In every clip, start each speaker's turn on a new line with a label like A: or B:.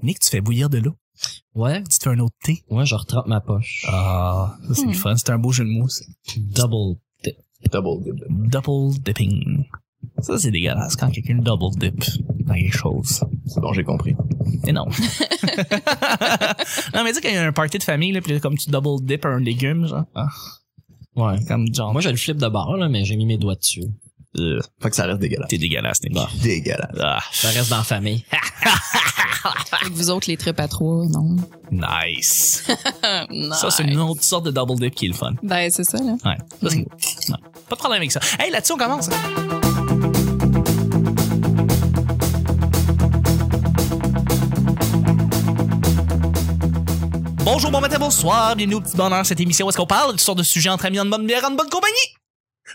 A: Nick, tu fais bouillir de l'eau.
B: Ouais.
A: Tu te fais un autre thé.
B: Moi, je retrape ma poche.
A: Ah, ça c'est
C: Hmm.
A: le fun. C'est un beau jeu de mots. ça.
B: Double dip.
D: Double good.
A: Double dipping. Ça, c'est dégueulasse quand quelqu'un double dip dans quelque chose.
D: C'est bon, j'ai compris.
A: Mais non. non, mais dis qu'il y a un party de famille, là, puis là, comme tu double dip un légume, genre. Ah,
B: Ouais.
A: comme genre,
B: Moi, je le flip de bord, là, mais j'ai mis mes doigts dessus.
A: euh,
D: Fait que ça reste dégueulasse.
A: t'es dégueulasse, Nick.
B: Bah.
D: Dégueulasse.
A: Ah,
B: Ça reste dans la famille.
C: Fait que vous autres, les trips à trois, non.
A: nice.
C: Nice.
A: Ça, c'est une autre sorte de double dip qui est le fun.
C: Ben, c'est ça, là.
A: Ouais. Ça, c'est- non. Pas de problème avec ça. Hey, là-dessus, on commence. hein. Bonjour, bon matin, bonsoir. Bienvenue au Petit Bonheur, cette émission où est-ce qu'on parle de sortes de sujets entre amis, en bonne bière, en bonne compagnie.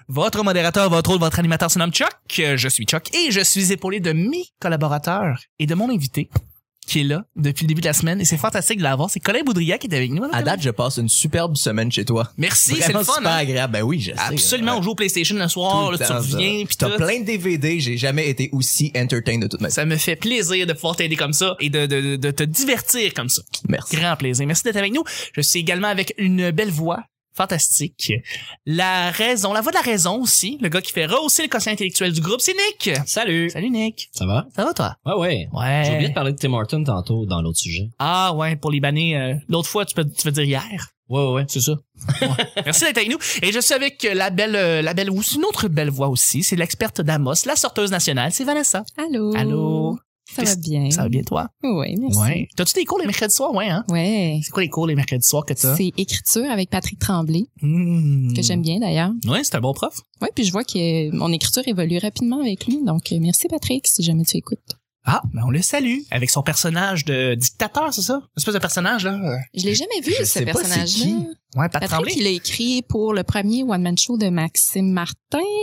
A: Votre modérateur, votre hôte, votre animateur se nomme Chuck. Euh, Je suis Chuck et je suis épaulé de mes collaborateurs et de mon invité qui est là depuis le début de la semaine et c'est fantastique de l'avoir. C'est Colin Boudria qui est avec nous.
D: À date, je passe une superbe semaine chez toi.
A: Merci, c'est
D: Vraiment
A: le fun.
D: super
A: hein?
D: agréable. Ben oui, je sais.
A: Absolument, on joue au PlayStation le soir, là,
D: Tout le
A: tu
D: temps,
A: reviens,
D: ça.
A: puis
D: T'as
A: tout.
D: plein de DVD, j'ai jamais été aussi entertain de toute ma vie.
A: Ça me fait plaisir de pouvoir t'aider comme ça et de, de, de- de te divertir comme ça.
D: Merci.
A: Grand plaisir. Merci d'être avec nous. Je suis également avec une belle voix. Fantastique. La raison, la voix de la raison aussi. Le gars qui fait rehausser le quotient intellectuel du groupe, c'est Nick.
B: Salut!
A: Salut Nick.
B: Ça va?
A: Ça va toi?
B: Ouais, ouais. J'ai oublié
A: Ouais.
B: de parler de Tim Horton tantôt dans l'autre sujet.
A: Ah ouais, pour les bannés, euh, l'autre fois, tu, peux, tu veux dire hier.
B: Ouais, ouais, ouais.
A: C'est ça. Merci d'être avec nous. Et je suis avec euh, la belle, euh, la belle, ou c'est une autre belle voix aussi. C'est l'experte d'Amos, la sorteuse nationale. C'est Vanessa.
C: Allô?
A: Allô?
C: Ça va bien?
A: Ça va bien, toi?
C: Oui, merci.
A: Ouais. T'as-tu des cours les mercredis soirs? Ouais, hein?
C: Ouais.
A: C'est quoi les cours les mercredis soirs que t'as?
C: C'est écriture avec Patrick Tremblay,
A: Hmm.
D: Hmm.
C: que j'aime bien d'ailleurs.
A: Ouais, c'est un bon prof.
C: Ouais, puis je vois que mon écriture évolue rapidement avec lui. Donc, euh, merci Patrick, si jamais tu écoutes.
A: Ah, ben on le salue. Avec son personnage de dictateur, c'est ça? Une espèce de personnage, là. euh,
C: Je l'ai jamais vu, ce
D: Je sais pas c'est
C: personnage-là.
D: qui.
A: Ouais, pas
C: Patrick,
A: tremblé.
C: il a écrit pour le premier One Man Show de Maxime Martin.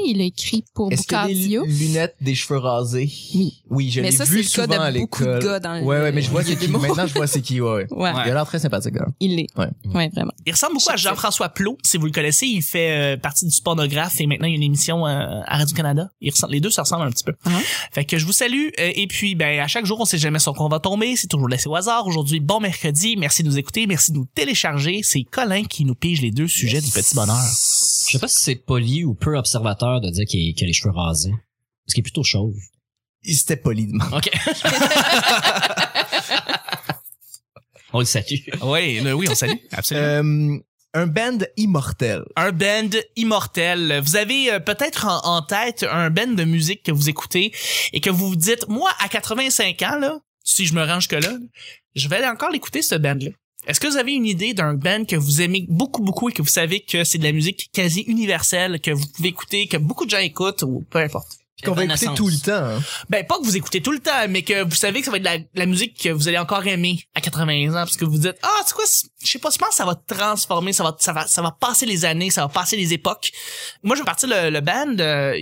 C: Il a écrit pour
D: Est-ce que des
C: Boucadio.
D: lu- lunettes, des cheveux rasés?
C: Oui.
D: Oui, je l'ai
C: Mais ça,
D: vu
C: c'est le
D: souvent
C: cas
D: à
C: de beaucoup de
D: l'école.
C: gars dans le-
D: Ouais, ouais, mais je vois
C: il y a
D: c'est
C: des
D: qui.
C: mots.
D: Maintenant, je vois c'est qui, ouais, ouais.
C: Ouais,
A: Ouais.
D: Il a l'air très sympathique, hein. d'ailleurs.
C: il l'est.
D: Ouais.
C: ouais, vraiment.
A: Il ressemble beaucoup à Jean-François Plot, si vous le connaissez. Il fait euh, partie du pornographe et maintenant il y a une émission euh, à Radio-Canada. Ils ressemblent- Les deux se ressemblent un petit peu.
C: Mhm.
A: Fait que je vous salue. euh, et puis, ben, à chaque jour, on sait jamais sur quoi on va tomber. C'est toujours laissé au hasard. Aujourd'hui, bon mercredi. Merci de nous écouter. Merci de nous télécharger. C'est Colin qui nous pige les deux sujets du petit bonheur.
B: Je sais pas si c'est poli ou peu observateur de dire qu'il qu'il a les cheveux rasés. Parce qu'il est plutôt chauve.
D: Il s'était poli de
B: OK. On le salue.
A: Oui, ben oui, on salue. Absolument.
D: Euh, un band immortel.
A: un band immortel. Vous avez euh, peut-être en, en tête un band de musique que vous écoutez et que vous vous dites, moi, à 85 ans, là, si je me range que là, je vais encore l'écouter, ce band-là. Est-ce que vous avez une idée d'un band que vous aimez beaucoup, beaucoup et que vous savez que c'est de la musique quasi universelle, que vous pouvez écouter, que beaucoup de gens écoutent ou peu importe?
D: Puis qu'on va écouter
B: Evanescence.
D: tout le temps. hein.
A: Ben, pas que vous écoutez tout le temps, mais que vous savez que ça va être de la, de la musique que vous allez encore aimer à 80 ans, parce que vous dites, ah, c'est quoi, c'est- je sais pas, je pense que ça va transformer, ça va, ça va, ça va passer les années, ça va passer les époques. Moi, je vais partir le, le band, euh,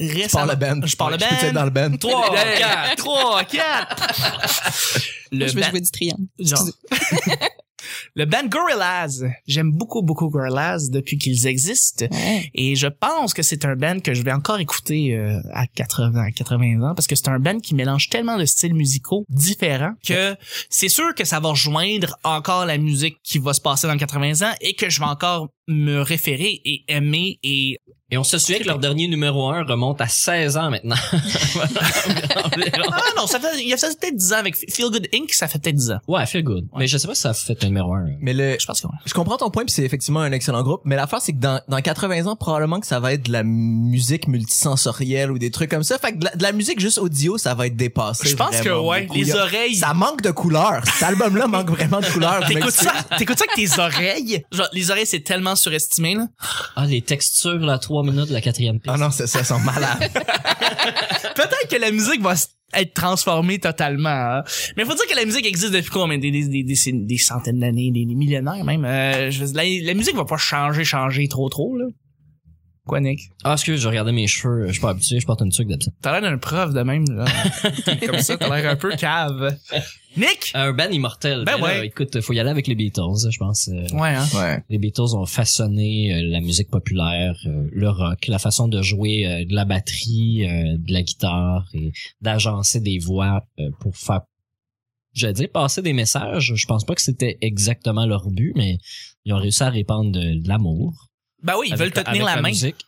D: Je pars
A: récemment.
D: le band.
A: Je pars le
D: Ouais, peux être
A: band.
D: dans le band.
A: 3, 4, 3, 4. Le
C: Moi, je vais
A: band-
C: jouer du triangle.
A: Genre. le band Gorillaz. J'aime beaucoup, beaucoup Gorillaz depuis qu'ils existent.
C: Ouais.
A: Et je pense que c'est un band que je vais encore écouter euh, à 80, 80 ans parce que c'est un band qui mélange tellement de styles musicaux différents que c'est sûr que ça va rejoindre encore la musique qui va se passer dans 80 ans et que je vais encore me référer et aimer et
B: Et on se souvient que leur dernier numéro 1 remonte à 16 ans maintenant.
A: ah non ça fait il y a ça fait peut-être 10 ans avec Feel Good Inc ça fait peut-être 10 ans
B: ouais, feel good. Mais je sais pas si ça a fait un numéro 1.
D: Mais le,
A: je pense que ouais.
D: je comprends ton point, puis c'est effectivement un excellent groupe. Mais l'affaire, c'est que dans, dans 80 ans, probablement que ça va être de la musique multisensorielle ou des trucs comme ça. Fait que de la, de la musique juste audio, ça va être dépassé.
A: je pense que
D: vraiment
A: ouais
D: beaucoup. Il y
A: les
D: a-
A: oreilles
D: Ça manque de couleur. Cet album-là manque vraiment de couleur. je
A: T'écoutes
D: m'excuse.
A: ça, t'écoutes ça avec tes oreilles? Genre, les oreilles, c'est tellement surestimé, là.
B: Ah, les textures, là, 3 minutes de la quatrième piste.
D: Ah non, ça, ça sent malade.
A: Peut-être que la musique va s- être transformée totalement. hein. Mais faut dire que la musique existe depuis combien des, des, des, des, des centaines d'années, des, des millénaires même. Euh, je veux dire, la, la musique va pas changer, changer trop trop là. Quoi Nick
B: Ah, excuse, je regardais mes cheveux. Je suis pas habitué, je porte une tuque d'habitude.
A: T'as l'air d'un prof de même là. Comme ça, t'as l'air un peu cave. Nick
B: Euh, Un band immortel.
A: Ben
B: Mais là,
A: ouais.
B: écoute, faut y aller avec les Beatles, je pense. Euh,
A: Ouais hein.
D: Ouais.
B: Les Beatles ont façonné euh, la musique populaire, euh, le rock, la façon de jouer euh, de la batterie, euh, de la guitare et d'agencer des voix euh, pour faire j'allais dire, passer des messages. Je pense pas que c'était exactement leur but, mais ils ont réussi à répandre de, de l'amour.
A: Ben oui, ils
B: avec-
A: veulent te tenir
B: avec
A: la, main.
B: musique.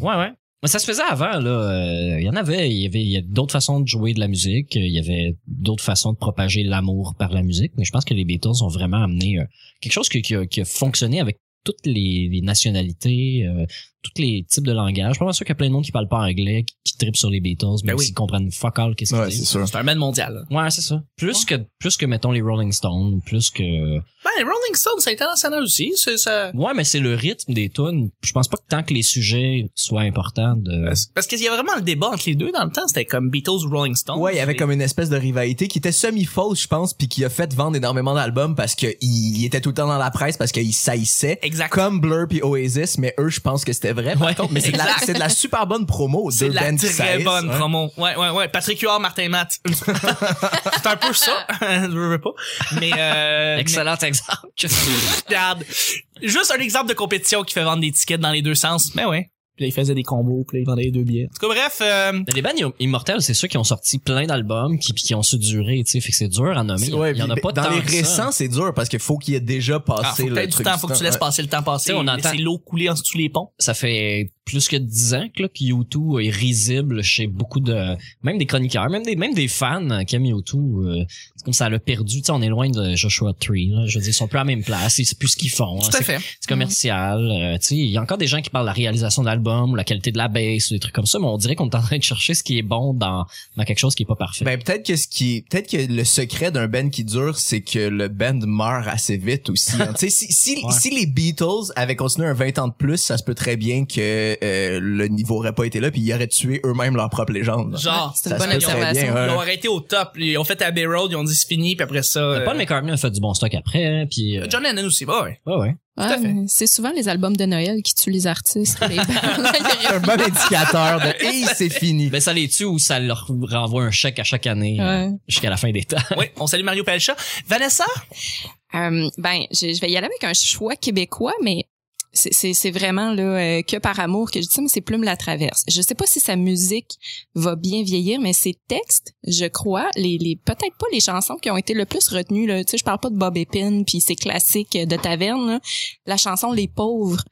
B: Ouais, ouais. Mais ça se faisait avant, là. Euh, Il y en avait. Il y avait, il y avait d'autres façons de jouer de la musique. Il y avait d'autres façons de propager l'amour par la musique. Mais je pense que les Beatles ont vraiment amené euh, quelque chose qui, qui a, qui a fonctionné avec toutes les, les nationalités, euh, tous les types de langage. Je suis pas mal sûr qu'il y a plein de monde qui parle pas anglais, qui, qui tripe sur les Beatles, mais
A: Ben oui.
B: s'ils comprennent fuck all qu'est-ce qu'ils
D: Ouais,
B: disent.
D: c'est sûr.
A: C'est un man mondial. là.
B: Ouais, c'est ça. Plus que plus que mettons les Rolling Stones, plus que
A: Ben, les Rolling Stones, c'est international aussi. C'est ça.
B: Ouais, mais c'est le rythme des tunes. Je pense pas que tant que les sujets soient importants de
D: Ben,
A: Parce parce qu'il y a vraiment le débat entre les deux dans le temps. C'était comme Beatles ou Rolling Stones.
D: Ouais, il y avait
A: Et-
D: comme une espèce de rivalité qui était semi-fausse, je pense, puis qui a fait vendre énormément d'albums parce que il était tout le temps dans la presse parce qu'il saillissait.
A: Exact.
D: Comme Blur puis Oasis, mais eux, je pense que c'était vrai. Par
B: Ouais.
D: contre, mais c'est de, la-
A: Exact.
D: c'est de la super bonne promo.
A: C'est
D: deux hein.
A: de la
D: bands qui
A: très
D: saillissent,
A: bonne
D: ouais.
A: promo. Ouais, ouais, ouais. Patrick Huard, Martin Matt. c'est un peu ça. Je veux pas. Mais, euh,
B: excellent exemple.
A: mais regarde. Juste un exemple de compétition qui fait vendre des tickets dans les deux sens. Mais ouais. Puis là, ils faisaient des combos, puis là, ils vendaient les deux billets. En tout cas, bref,
D: Ah,
A: euh,
B: Mais les bands immortels, c'est ceux qui ont sorti plein d'albums qui, puis qui ont su durer, tu sais, fait que c'est dur à nommer.
D: C'est- ouais,
B: Il y en a
D: puis
B: pas
D: dans
B: tant
D: les
B: que ça.
D: récents, c'est dur parce qu'il faut qu'il y ait déjà passé
A: ah, faut que
D: le
A: t'aies du
D: truc.
A: temps, faut que tu laisses passer le temps passer.
B: Tu sais, on entend-
A: C'est l'eau couler en dessous les ponts.
B: Ça fait plus que dix ans que, là, que U2 est risible chez beaucoup de même des chroniqueurs, même des même des fans euh, qui aiment U2. euh, c'est comme ça l'a perdu. Tu sais, on est loin de Joshua Tree. Là, je veux dire, ils sont plus à la même place. Ils savent plus ce qu'ils font. hein. C'est
A: fait.
B: c'est commercial. euh, tu sais, il y a encore des gens qui parlent de la réalisation de l'album, ou la qualité de la baisse, ou des trucs comme ça, mais on dirait qu'on est en train de chercher ce qui est bon dans, dans quelque chose qui est pas parfait.
D: Ben peut-être que ce qui peut-être que le secret d'un band qui dure c'est que le band meurt assez vite aussi. hein. tu sais si si,
B: Ouais.
D: si les Beatles avaient continué un 20 ans de plus, ça se peut très bien que euh, le niveau aurait pas été là puis ils auraient tué eux-mêmes leur propre légende.
A: Genre,
C: c'est une
D: Ça
C: bonne
D: se peut très
C: observation.
D: bien, ouais.
A: ils ont arrêté au top. Ils ont fait Abbey Road, ils ont dit c'est fini, puis après ça. euh,
B: Paul McCartney a fait du bon stock après, hein, puis euh,
A: John Lennon aussi, bah ouais.
B: ouais, ouais.
A: à fait.
C: Ouais, c'est souvent les albums de Noël qui tuent les artistes. les bandes.
D: un bon indicateur de et c'est fini.
B: Ben ça les tue ou ça leur renvoie un chèque à chaque année euh,
C: Ouais.
B: jusqu'à la fin des temps.
A: oui, on salue Mario Pelcha. Vanessa?
C: Euh, ben, je, je vais y aller avec un choix québécois, mais c'est- c'est c'est vraiment là euh, que par amour que je dis ça, mais c'est Plume la traverse. Je sais pas si sa musique va bien vieillir, mais ses textes, je crois, les, les peut-être pas les chansons qui ont été le plus retenues là. Tu sais, je parle pas de Bob Epine puis ses classiques euh, de taverne. là. La chanson Les pauvres.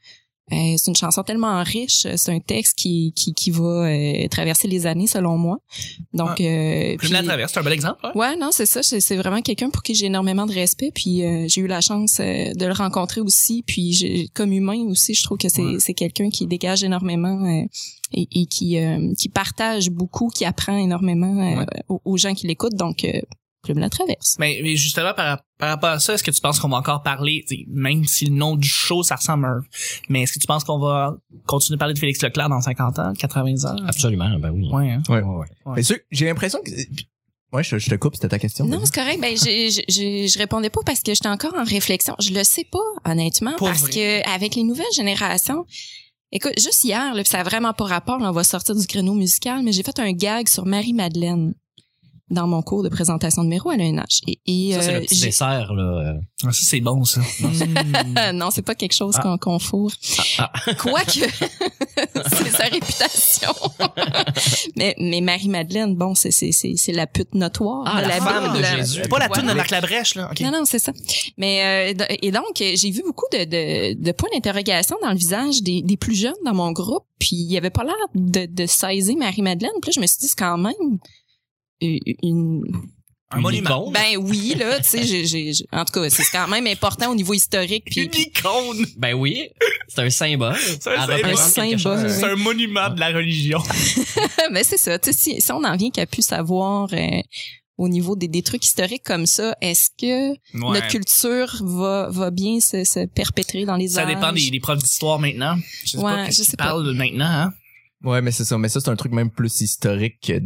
C: euh, c'est une chanson tellement riche, euh, c'est un texte qui qui, qui va euh, traverser les années selon moi. Donc euh,
A: Ah, Plume
C: puis-
A: la traverse, c'est un bel exemple. ouais.
C: Ouais, non, c'est ça. C'est c'est vraiment quelqu'un pour qui j'ai énormément de respect. Puis euh, j'ai eu la chance euh, de le rencontrer aussi. Puis j'ai- comme humain aussi, je trouve que c'est
A: Ouais.
C: c'est quelqu'un qui dégage énormément euh, et, et qui euh, qui partage beaucoup, qui apprend énormément euh,
A: Ouais.
C: aux, aux gens qui l'écoutent. Donc euh, Plume la traverse.
A: Mais, mais justement, par, par rapport à ça, est-ce que tu penses qu'on va encore parler, t'sais, même si le nom du show, ça ressemble à un... Mais est-ce que tu penses qu'on va continuer de parler de Félix Leclerc dans 50 ans, 80 ans?
B: Absolument, ben oui.
A: Ouais, hein.
D: Ouais.
B: Ouais, ouais.
D: Mais sûr, j'ai l'impression que Ouais, je, je te coupe, c'était ta question.
C: Non, c'est correct. Ben, j'ai- j'ai- j'ai- je répondais pas parce que j'étais encore en réflexion. Je le sais pas, honnêtement,
A: Pas
C: parce
A: vrai.
C: que avec les nouvelles générations, écoute, juste hier, là, puis ça a vraiment pas rapport. là, on va sortir du créneau musical, mais j'ai fait un gag sur Marie Madeleine dans mon cours de présentation de numéro à l'UNH. Et, et,
B: Ça, c'est
C: euh,
B: le petit
C: j'ai-
B: dessert, là. euh.
A: Ah, ça, c'est bon, ça.
C: Ah, non, c'est pas quelque chose
B: Ah.
C: qu'on qu'on fourre.
B: Ah,
C: Quoique, c'est sa réputation. mais mais Marie-Madeleine, bon, c'est c'est- c'est c'est la pute notoire.
B: Ah, la femme
C: Bible,
B: de
C: la-
B: Jésus.
A: Pas la
C: Ouais.
A: toune de Marc Labrèche, là. ok.
C: Non, non, c'est ça. Mais euh, d- et donc, euh, j'ai vu beaucoup de, de, de points d'interrogation dans le visage des, des plus jeunes dans mon groupe, puis il y avait pas l'air de, de saisir Marie-Madeleine. Puis là, je me suis dit, c'est quand même u- une...
A: Un
B: une
A: monument.
B: icône.
C: Ben oui, là, tu sais, j'ai- j'ai- j'ai- en tout cas, c'est quand même important au niveau historique. Puis,
A: Une icône!
B: Ben oui, c'est un symbole.
A: C'est un
B: Elle représente
C: symbole.
B: quelque chose.
C: Un symbole.
A: C'est un monument de la religion.
C: mais c'est ça. Tu sais, si, si on en vient qu'à pu savoir... euh, au niveau des, des trucs historiques comme ça, est-ce que notre culture va, va bien se, se perpétrer dans les
A: Ça dépend
C: âges?
A: des, des profs d'histoire maintenant. Je sais
C: Ouais,
A: pas qu'est-ce
C: je
A: qu'ils
C: sais pas.
A: parlent de maintenant, hein.
D: Ouais, mais c'est ça, mais ça c'est un truc même plus historique que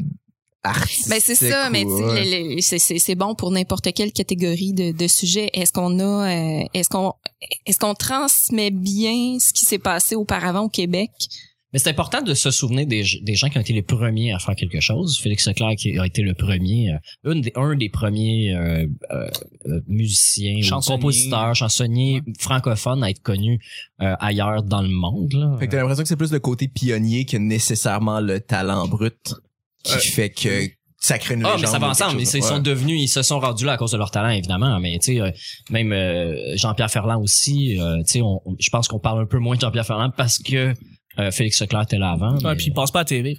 D: artistique.
C: Ben c'est ça,
D: ou-
C: mais tu sais,
D: ouais.
C: le- le- c'est- c'est c'est bon pour n'importe quelle catégorie de, de sujet. Est-ce qu'on a, euh, est-ce qu'on, est-ce qu'on transmet bien ce qui s'est passé auparavant au Québec
B: Mais c'est important de se souvenir des, des gens qui ont été les premiers à faire quelque chose. Félix Leclerc qui a été le premier, euh, une des, un des premiers euh, euh, euh, musiciens, ou
A: Chansonnier.
B: compositeurs, chansonniers francophones à être connus euh, ailleurs dans le monde. Là.
D: Fait que t'as Euh, l'impression que c'est plus le côté pionnier que nécessairement le talent brut qui fait que ça crée une
B: Ah, mais
D: légende
B: ça va
D: ou quelque
B: ensemble. Ils,
D: chose.
B: ils
D: Ouais.
B: sont devenus, ils se sont rendus là à cause de leur talent, évidemment. Mais tu sais, euh, même euh, Jean-Pierre Ferland aussi. euh, tu sais, on- on- je pense qu'on parle un peu moins de Jean-Pierre Ferland parce que euh, Félix Leclerc était là avant.
A: Ouais,
B: mais-
A: Ah, puis il passe pas à la TV.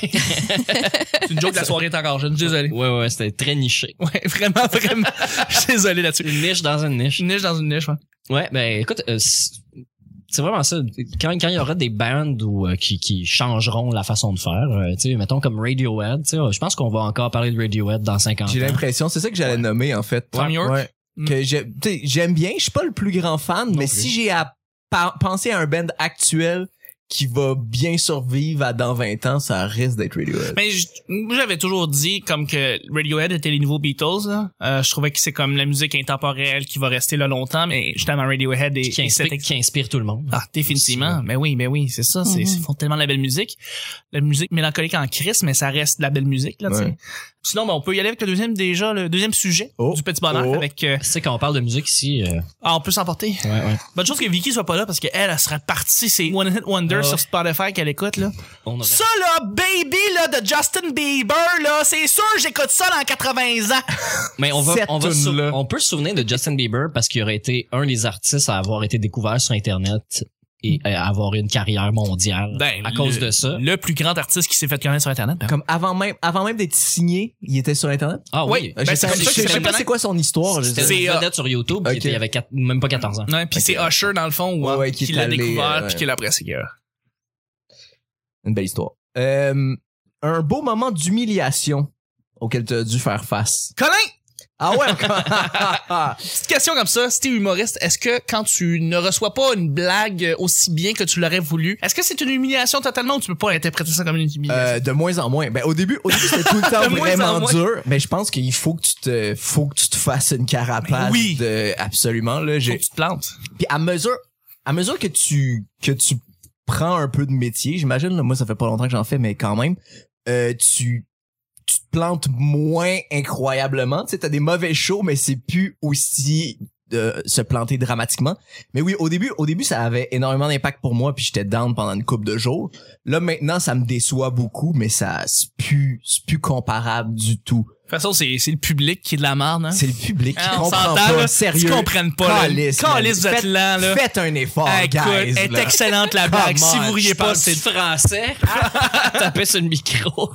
A: c'est une joke, la soirée est encore jeune. Désolé.
B: Ouais, ouais, c'était très niché.
A: Ouais, vraiment, vraiment. Je suis désolé là-dessus.
B: Une niche dans une niche.
A: Une niche dans une niche, ouais.
B: Ouais, ben écoute, euh, c'est c'est vraiment ça. Quand quand il y aura des bands ou euh, qui, qui changeront la façon de faire, euh, tu sais, mettons comme Radiohead, tu sais, euh, je pense qu'on va encore parler de Radiohead dans 50 ans.
D: J'ai l'impression, c'est ça que j'allais nommer en fait.
A: Tom York?
D: Ouais.
A: Mm.
D: Que j'ai- tu sais, j'aime bien, je suis pas le plus grand fan, mais
B: plus.
D: si j'ai à pa- penser à un band actuel qui va bien survivre à dans 20 ans, ça risque d'être Radiohead.
A: Mais j- moi, j'avais toujours dit comme que Radiohead était les nouveaux Beatles. là. Euh, je trouvais que c'est comme la musique intemporelle qui va rester là longtemps, mais justement Radiohead et,
B: Qui
A: et
B: inspire,
A: cette ex-
B: qui inspire tout le monde.
A: Ah, définitivement. Mais oui, mais oui, c'est ça. C'est,
C: Mhm.
A: Ils font tellement de la belle musique. La musique mélancolique en crise, mais ça reste de la belle musique. Là, tu sais.
D: Ouais.
A: Sinon, ben, on peut y aller avec le deuxième déjà, le deuxième sujet
D: Oh.
A: du petit bonheur.
D: Oh.
A: Avec, euh,
B: Tu sais, quand on parle de musique ici, euh,
A: ah, on peut s'emporter.
B: ouais, ouais.
A: Bonne chose que Vicky soit pas là parce qu'elle, elle serait partie. C'est One Hit Wonder
B: Ah ouais.
A: sur Spotify qu'elle écoute. là.
B: On aurait-
A: Ça là, baby là de Justin Bieber là, c'est sûr j'écoute ça dans 80 ans.
B: Mais on va,
D: Cette
B: on, va sou-
D: tune-là.
B: on peut se souvenir de Justin Bieber parce qu'il aurait été un des artistes à avoir été découvert sur Internet et
D: Mm.
B: euh, avoir eu une carrière mondiale
A: Ben,
B: à
A: le-
B: cause de ça.
A: Le plus grand artiste qui s'est fait connaître sur internet.
D: Comme avant même, avant même d'être signé, il était sur Internet. Euh,
B: Ah
A: oui.
B: oui.
A: Ben,
D: je
A: c'est
D: sais,
A: comme
D: je
A: ça que
D: sais
A: c'est
D: pas c'est quoi son histoire. je sais.
A: C'est,
B: C'était une
A: euh,
B: vedette sur YouTube
D: ok.
B: qui était- il avait quatre- même pas 14 ans.
A: Non, puis c'est Usher dans le fond ou
D: Ouais, ouais, qui
A: qui
D: est
A: l'a
D: allé,
A: découvert
D: euh,
A: puis qui l'a apprécié.
D: Une belle histoire. Euh, un beau moment d'humiliation auquel tu as dû faire face.
A: Colin,
D: Ah ouais, encore.
A: petite question comme ça, si t'es humoriste, est-ce que quand tu ne reçois pas une blague euh, aussi bien que tu l'aurais voulu, est-ce que c'est une humiliation totalement ou tu peux pas interpréter ça comme une humiliation
D: Euh, de moins en moins. Ben, au début, au début c'était tout le temps
A: De moins en
D: vraiment
A: moins.
D: dur, mais je pense qu'il faut que tu te, faut que tu te fasses une carapace.
A: Mais oui.
D: de- absolument là.
A: Faut
D: J'ai,
A: que tu te plantes.
D: puis à mesure, à mesure que tu, que tu prends un peu de métier, j'imagine. là, moi, ça fait pas longtemps que j'en fais, mais quand même, euh, tu, tu te plantes moins incroyablement. Tu sais, t'as des mauvais shows, mais c'est plus aussi de se planter dramatiquement. Mais oui, au début, au début, ça avait énormément d'impact pour moi, puis j'étais down pendant une couple de jours. Là, maintenant, ça me déçoit beaucoup, mais ça, c'est plus, c'est plus comparable du tout.
A: De toute façon, c'est c'est le public qui est de la marne. Hein?
D: C'est le public qui
A: Hein, on
D: comprend
A: s'entend,
D: pas,
A: là.
D: sérieux.
A: Ils comprennent pas. là.
D: Calisse, man.
A: Calisse, vous êtes
D: Faites-
A: lents, là.
D: Faites un effort,
A: Hey, Ah, écoute,
D: Oh, guys.
A: elle
D: là.
A: est excellente la blague.
D: Come
A: si
D: on,
A: vous
D: je
A: riez pas,
B: parle
A: c'est
B: français. Tapez sur le micro.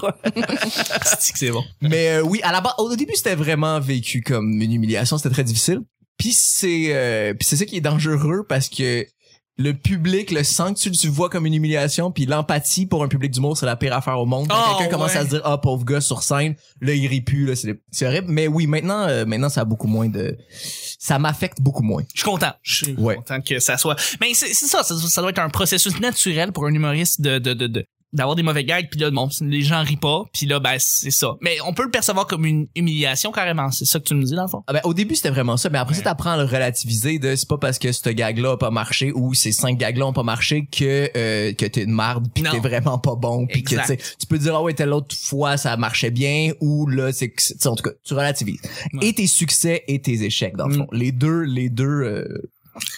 A: c'est bon.
D: Mais euh, oui, à la base, au début, c'était vraiment vécu comme une humiliation, c'était très difficile. Puis c'est euh, puis c'est ça qui est dangereux parce que le public le sent que tu, tu vois comme une humiliation, puis l'empathie pour un public d'humour, c'est la pire affaire au monde. Quand
A: Oh,
D: quelqu'un commence
A: ouais.
D: à se dire "Ah pauvre gars sur scène, là il rit plus là, c'est c'est horrible." Mais oui, maintenant euh, maintenant ça a beaucoup moins de ça m'affecte beaucoup moins.
A: Je suis content. Je suis
D: Ouais.
A: content que ça soit. Mais c'est c'est ça, ça, ça doit être un processus naturel pour un humoriste de de de, de- d'avoir des mauvais gags puis là bon les gens rient pas puis là ben c'est ça mais on peut le percevoir comme une humiliation carrément c'est ça que tu me dis dans le fond
D: Ah ben, au début, c'était vraiment ça, mais après ça, t'apprends à le relativiser de c'est pas parce que ce gag-là a pas marché ou ces cinq gags-là ont pas marché que, euh, que t'es une marde pis que
A: Non.
D: t'es vraiment pas bon pis que, tu
A: Exact.
D: sais, tu peux dire, ah ouais, telle autre fois, ça marchait bien ou là, c'est que, c'est- en tout cas, tu relativises.
A: Ouais. Mm.
D: Et tes succès et tes échecs, dans le fond. Les deux, les deux, euh,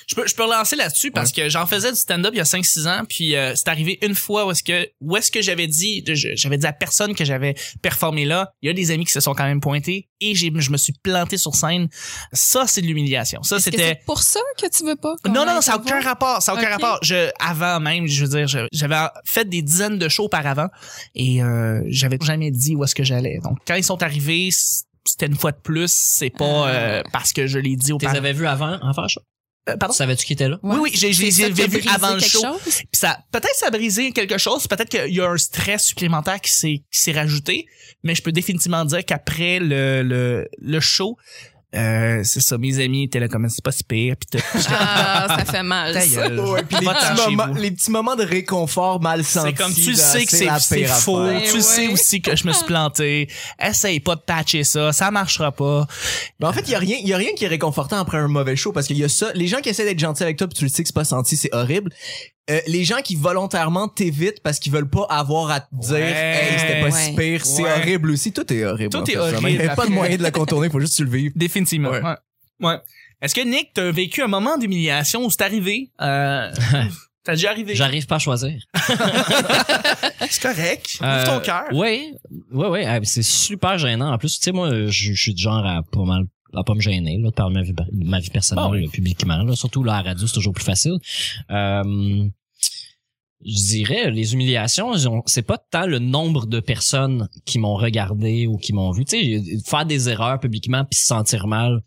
A: je peux je peux relancer là-dessus parce que j'en faisais du stand-up il y a 5 6 ans puis euh, c'est arrivé une fois où est-ce que où est-ce que j'avais dit je- j'avais dit à personne que j'avais performé là il y a des amis qui se sont quand même pointés et j'ai je me suis planté sur scène ça c'est de l'humiliation ça
C: Est-ce que
A: c'était
C: c'est pour ça que tu veux pas? qu'on
A: Non, non,
C: aille
A: ça n'a
C: te
A: aucun
C: voir?
A: rapport. Ça n'a aucun
C: Ok.
A: rapport. Je, avant même, je veux dire, je- j'avais fait des dizaines de shows auparavant et euh, j'avais jamais dit où est-ce que j'allais. Donc, quand ils sont arrivés, c'était une fois de plus. C'est pas
C: Ah.
A: euh, parce que je l'ai dit
B: Tu
A: auparavant.
B: les avais vus avant, avant le show?
A: Euh, pardon?
B: Savais-tu qui était là?
A: Oui, oui, j'ai- je les
C: C'est ça qui
A: avais
C: a
A: vus
C: brisé
A: avant le
C: quelque
A: show.
C: chose?
A: Puis ça, peut-être ça a brisé quelque chose. Peut-être qu'il y a un stress supplémentaire qui s'est, qui s'est rajouté. Mais je peux définitivement dire qu'après le, le, le show, euh, c'est ça, mes amis étaient là comme c'est pas si pire. Puis tout.
C: Ah, ça fait mal.
A: Ta
C: ça.
A: gueule.
D: ouais, puis les,
A: Va-t'en
D: petits
A: chez
D: moments,
A: vous.
D: les petits moments de réconfort mal sentis.
A: C'est comme tu
D: là,
A: sais que c'est
D: la
A: c'est
D: pire
A: faux,
D: affaire.
A: tu
C: Ben
A: sais
C: ouais.
A: aussi que je me suis planté. Essaye pas de patcher ça, ça marchera pas.
D: Mais Ben, en fait, il y a rien, il y a rien qui est réconfortant après un mauvais show parce qu'il y a ça, les gens qui essaient d'être gentils avec toi puis tu le sais que c'est pas senti, c'est horrible. Euh, les gens qui volontairement t'évitent parce qu'ils veulent pas avoir à te dire
A: Ouais.
D: hey c'était pas si
C: Ouais.
D: pire c'est
A: Ouais.
D: horrible aussi tout est horrible
A: Tout
D: en
A: est
D: fait,
A: horrible.
D: vraiment. il n'y a pas de moyen de la contourner faut juste que tu le vives
A: Définitivement.
D: Ouais.
A: Ouais. Ouais. Est-ce que Nick, t'as vécu un moment d'humiliation où c'est arrivé euh, T'as déjà arrivé.
B: J'arrive pas à choisir.
A: C'est correct.
B: Euh,
A: Ouvre ton cœur.
B: Oui, oui, oui. ah, C'est super gênant. En plus, tu sais, moi, je je suis du genre à pas mal à pas me gêner là, de parler ma vie, ma vie personnelle
A: Bon, oui.
B: là, publiquement. là. Surtout là, à la radio, c'est toujours plus facile. Euh, je dirais, les humiliations, ils ont- c'est pas tant le nombre de personnes qui m'ont regardé ou qui m'ont vu. Tu sais, faire des erreurs publiquement puis se sentir mal,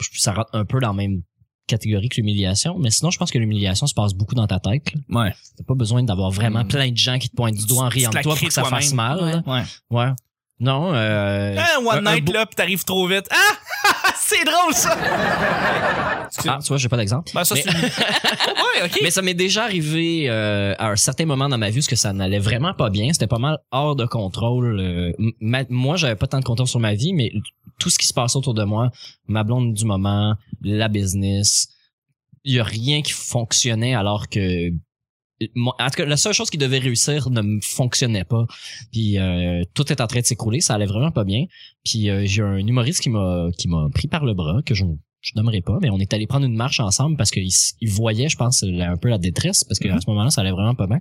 B: je- ça rentre un peu dans la même catégorie que l'humiliation. Mais sinon, je pense que l'humiliation se passe beaucoup dans ta tête. là.
E: Ouais.
B: T'as pas besoin d'avoir vraiment
E: Mm.
B: plein de gens qui te pointent du doigt en
A: Tu- tu
B: riant
A: te
B: de
A: la
B: toi
A: crées
B: pour que ça fasse mal.
C: toi-même.
B: là.
E: Ouais.
B: Ouais. Non, euh,
A: Ah, one
B: un- un
A: night,
B: beau-
A: là, pis t'arrives trop vite. Ah! c'est drôle, ça!
B: Ah, tu vois, j'ai pas d'exemple.
A: Ben, ça,
B: Mais-
A: c'est... ouais, OK.
B: Mais ça m'est déjà arrivé euh, à un certain moment dans ma vie parce que ça n'allait vraiment pas bien. C'était pas mal hors de contrôle. euh, m- ma- moi, j'avais pas tant de contrôle sur ma vie, mais tout ce qui se passe autour de moi, ma blonde du moment, la business, il y a rien qui fonctionnait alors que moi- en tout cas, la seule chose qui devait réussir ne me fonctionnait pas. Puis euh, tout est en train de s'écrouler, ça allait vraiment pas bien. Puis euh, j'ai un humoriste qui m'a qui m'a pris par le bras que je je nommerai pas, mais on est allé prendre une marche ensemble parce qu'il s- il voyait, je pense, la- un peu la détresse parce qu'à ce moment-là, ça allait vraiment pas bien.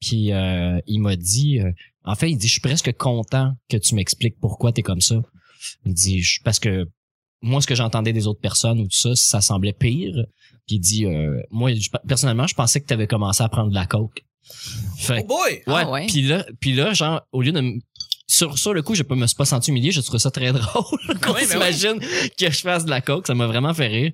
B: Puis euh, il m'a dit, euh, en fait, il dit, je suis presque content que tu m'expliques pourquoi t'es comme ça. Il dit, je- parce que moi, ce que j'entendais des autres personnes ou tout ça, ça semblait pire. Puis il dit, euh, moi, je- personnellement, je pensais que t'avais commencé à prendre de la coke. Fait
A: Oh boy!
B: Ouais.
C: Ah ouais.
B: Puis là, puis là, genre, au lieu de me- sur, sur le coup, je peux me suis pas senti humilié, je trouve ça très drôle. Qu'on
A: Ouais, ben
B: s'imagine que je fasse de la coke, ça m'a vraiment fait rire.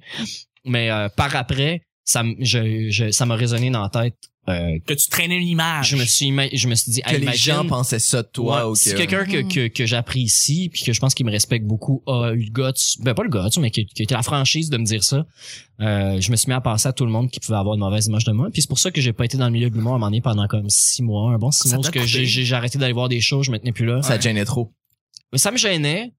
B: Mais euh, par après, ça, m- je, je- ça m'a résonné dans la tête. Euh,
A: Que tu traînais une image.
B: je me suis, ima- je me suis dit,
D: Que
B: hey,
D: les
B: imagine-
D: gens pensaient ça de toi.
B: Ouais,
D: ou
B: Si
D: que-
B: quelqu'un que,
C: Mm.
B: que, que j'apprécie puis que je pense qu'il me respecte beaucoup a eu le guts, ben pas le guts, mais qui, qui a été la franchise de me dire ça, euh, je me suis mis à penser à tout le monde qui pouvait avoir une mauvaise image de moi. Puis c'est pour ça que j'ai pas été dans le milieu de l'humour à un moment donné pendant comme six mois, un bon six
A: Ça
B: mois, parce
A: t'a
B: que
A: coûté.
B: j'ai j'ai- j'ai arrêté d'aller voir des shows, je me tenais plus là.
D: Ça te gênait trop.
B: Mais ça me gênait.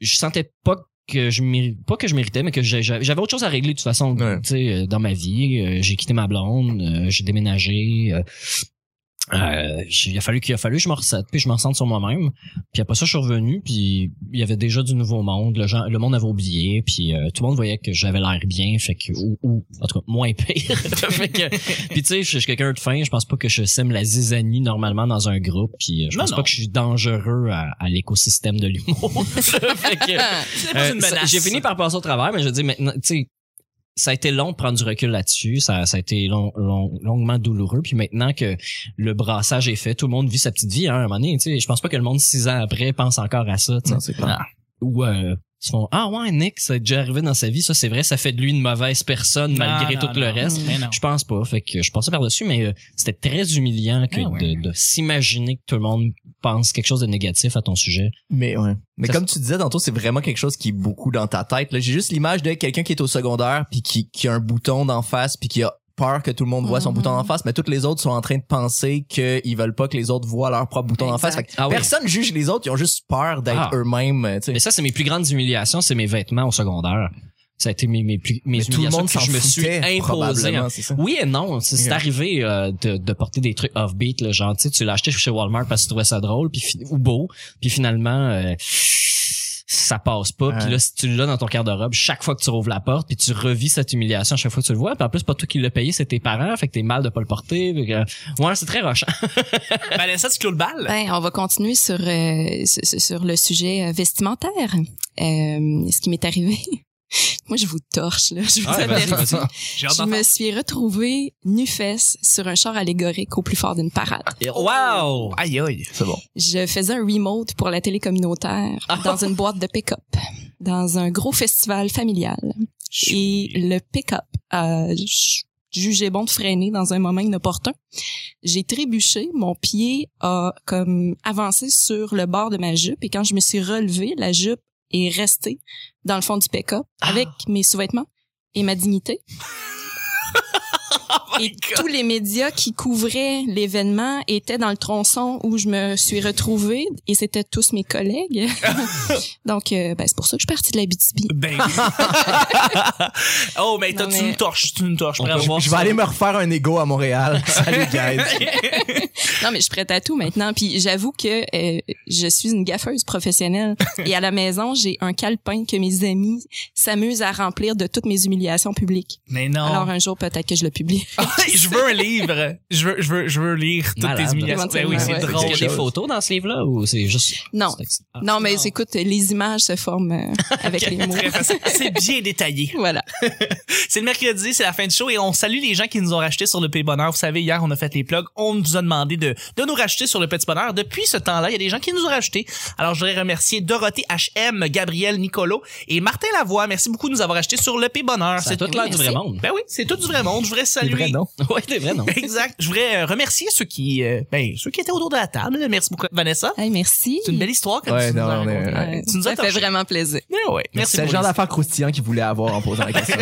B: Je sentais pas que je méri- pas que je méritais mais que j'ai- j'avais j'avais autre chose à régler de toute façon
D: Ouais.
B: tu sais euh, dans ma vie Euh, j'ai quitté ma blonde euh, j'ai déménagé euh, euh, j'ai- il a fallu qu'il a fallu que je me recette puis je me ressente sur moi-même puis après ça je suis revenu puis il y avait déjà du nouveau monde le gens le monde avait oublié puis euh, tout le monde voyait que j'avais l'air bien fait que ou, ou, en tout cas moins pire fait que puis tu sais je suis quelqu'un de fin je pense pas que je sème la zizanie normalement dans un groupe puis euh, je
A: Non,
B: pense
A: non.
B: pas que je suis dangereux à, à l'écosystème de l'humour Fait que,
C: Ah,
A: C'est pas
B: euh,
A: une
B: ça-
A: menace.
B: j'ai fini par passer au travers, mais je dis maintenant, tu sais, ça a été long de prendre du recul là-dessus, ça, ça a été long, long- longuement douloureux, puis maintenant que le brassage est fait, tout le monde vit sa petite vie hein, à un moment donné, tu sais, je pense pas que le monde six ans après pense encore à ça,
A: Mm.
B: tu sais.
D: Non, c'est clair.
B: ou euh, ils se font ah ouais Nick, ça est déjà arrivé dans sa vie, ça c'est vrai, ça fait de lui une mauvaise personne malgré
A: Non,
B: tout
A: non,
B: le
A: non.
B: reste.
A: Mais non.
B: Je pense pas. Fait que je pensais par-dessus, mais euh, c'était très humiliant que
E: Ah ouais.
B: de, de s'imaginer que tout le monde pense quelque chose de négatif à ton sujet.
D: Mais ouais. Mais
B: Ça
D: comme tu disais tantôt, c'est vraiment quelque chose qui est beaucoup dans ta tête. Là, j'ai juste l'image de quelqu'un qui est au secondaire puis qui, qui a un bouton d'en face puis qui a peur que tout le monde voit son
C: Mhm.
D: bouton d'en face, mais toutes les autres sont en train de penser qu'ils veulent pas que les autres voient leur propre bouton d'en face. Fait
C: Exact.
D: que
B: Ah oui.
D: Personne juge les autres, ils ont juste peur d'être
B: Ah.
D: eux-mêmes. euh, tu sais.
B: Mais ça, c'est mes plus grandes humiliations, c'est mes vêtements au secondaire. Ça a été mes, mes plus mes
D: Mais tout le
B: humiliations
D: monde
B: que
D: s'en
B: je me suis
D: foutait, hein.
B: imposé.
D: probablement, c'est ça.
B: Oui et non, c'est c'est
D: Ok.
B: arrivé euh, de, de porter des trucs off-beat, là, genre tu sais, tu l'as acheté chez Walmart parce que tu trouvais ça drôle puis fi- ou beau, puis finalement euh, ça passe pas, puis
D: Ouais.
B: là si tu l'as dans ton garde-robe chaque fois que tu rouvres la porte, puis tu revis cette humiliation à chaque fois que tu le vois, puis en plus pas toi qui l'as payé, c'est tes parents, fait que t'es mal de pas le porter, fait que- ouais c'est très rochant.
A: Vanessa, tu clôt le bal?
C: Ben, on va continuer sur euh, sur- sur sur le sujet euh, vestimentaire. Euh, ce qui m'est arrivé. Moi, je vous torche là.
A: Ah,
C: Je vous avertis.
A: J'ai hâte ben,
C: Je
A: d'entendre.
C: me suis retrouvée nu-fesse sur un char allégorique au plus fort d'une parade.
B: Wow!
A: Aïe, aïe.
D: C'est bon.
C: Je faisais un remote pour la télé communautaire dans une boîte de pick-up, dans un gros festival familial. Et le pick-up a ju- jugé bon de freiner dans un moment inopportun. J'ai trébuché, mon pied a comme avancé sur le bord de ma jupe et quand je me suis relevée, la jupe est restée dans le fond du pick-up avec mes sous-vêtements et ma dignité
A: Oh
C: et tous les médias qui couvraient l'événement étaient dans le tronçon où je me suis retrouvée et c'était tous mes collègues. Donc, euh, ben, c'est pour ça que je suis partie de la BTB.
A: Ben. oh, mais
C: Non,
A: t'as-tu
C: mais-
A: une torche? Tu une torche?
B: On peut
A: Bravo.
B: voir
D: Je vais aller me refaire un ego à Montréal. Salut, guys.
C: Non, mais je suis prête à tout maintenant. Puis j'avoue que euh, je suis une gaffeuse professionnelle. Et à la maison, j'ai un calepin que mes amis s'amusent à remplir de toutes mes humiliations publiques.
A: mais non.
C: Alors un jour, peut-être que je le publie.
A: je veux un livre. Je veux, je veux, je veux lire toutes
B: Malade.
A: tes humiliations. Ben oui, c'est
C: Ouais.
B: Est-ce
A: drôle.
B: qu'il y a des photos dans ce livre-là ou c'est juste.
C: Non.
B: c'est- ah.
C: Non, mais écoute, les images se forment euh, avec les mots.
A: Très facile. C'est bien détaillé.
C: Voilà.
A: C'est le mercredi, c'est la fin du show et on salue les gens qui nous ont racheté sur le Petit Bonheur. Vous savez, hier, on a fait les plugs. On nous a demandé de, de nous racheter sur le Petit Bonheur. Depuis ce temps-là, il y a des gens qui nous ont racheté. Alors, je voudrais remercier Dorothée HM, Gabriel Nicolo et Martin Lavoie. Merci beaucoup de nous avoir racheté sur le Petit Bonheur.
B: Ah, Ça a
A: C'est
B: tout l'air du vrai
C: Merci.
B: monde.
A: Ben oui, c'est tout du vrai monde. Je voudrais
D: C'est
A: saluer.
D: vrai, non?
B: Oui, des vrais, non?
A: Exact. Je voudrais euh, remercier ceux qui, euh, ben, ceux qui étaient autour de la table. Merci beaucoup, Vanessa.
C: Hey, merci.
A: C'est une belle histoire que
D: Ouais,
A: tu nous
D: non,
A: as
D: mais,
A: racontée.
C: Ouais,
A: Tu nous as
C: ça fait
A: touché.
C: vraiment plaisir.
A: Ouais, ouais. Merci,
D: C'est le genre
A: Maurice.
D: d'affaire croustillant qu'il voulait avoir en posant la question.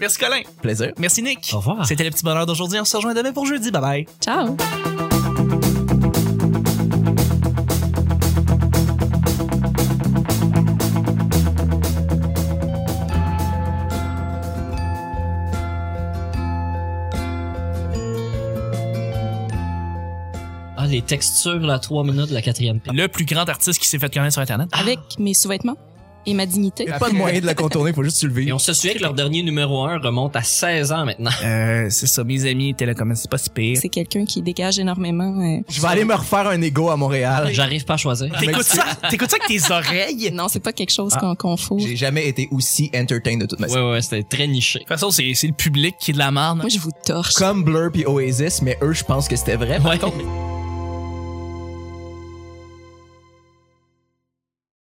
A: Merci Colin.
D: Plaisir.
A: Merci Nick.
B: Au revoir.
A: C'était le petit bonheur d'aujourd'hui. On se rejoint demain pour jeudi. Bye bye.
C: Ciao.
B: Ah, les textures, la 3 minutes, la quatrième page.
A: Le plus grand artiste qui s'est fait connaître sur Internet.
C: Avec mes sous-vêtements et ma dignité.
D: Il y a pas de moyen de Ah. la contourner, faut juste se lever.
B: Et on se souvient que leur dernier numéro 1 remonte à 16 ans maintenant.
A: Euh, c'est ça, mes amis étaient là comme c'est pas si pire.
C: C'est quelqu'un qui dégage énormément. euh,
D: Je vais aller me refaire un ego à Montréal.
B: J'arrive pas à choisir.
A: T'écoutes ça, t'écoutes ça avec tes oreilles. De
C: Non, c'est pas quelque chose
D: Ah.
C: qu'on qu'on fout.
D: J'ai jamais été aussi entertained de toute ma vie.
B: Ouais, ouais, c'était très niché.
A: toute façon, c'est, c'est le public qui est de la marne.
C: Moi, je vous torche.
D: Comme Blur puis Oasis, mais eux, je pense que c'était vrai. par
B: Ouais.
D: contre.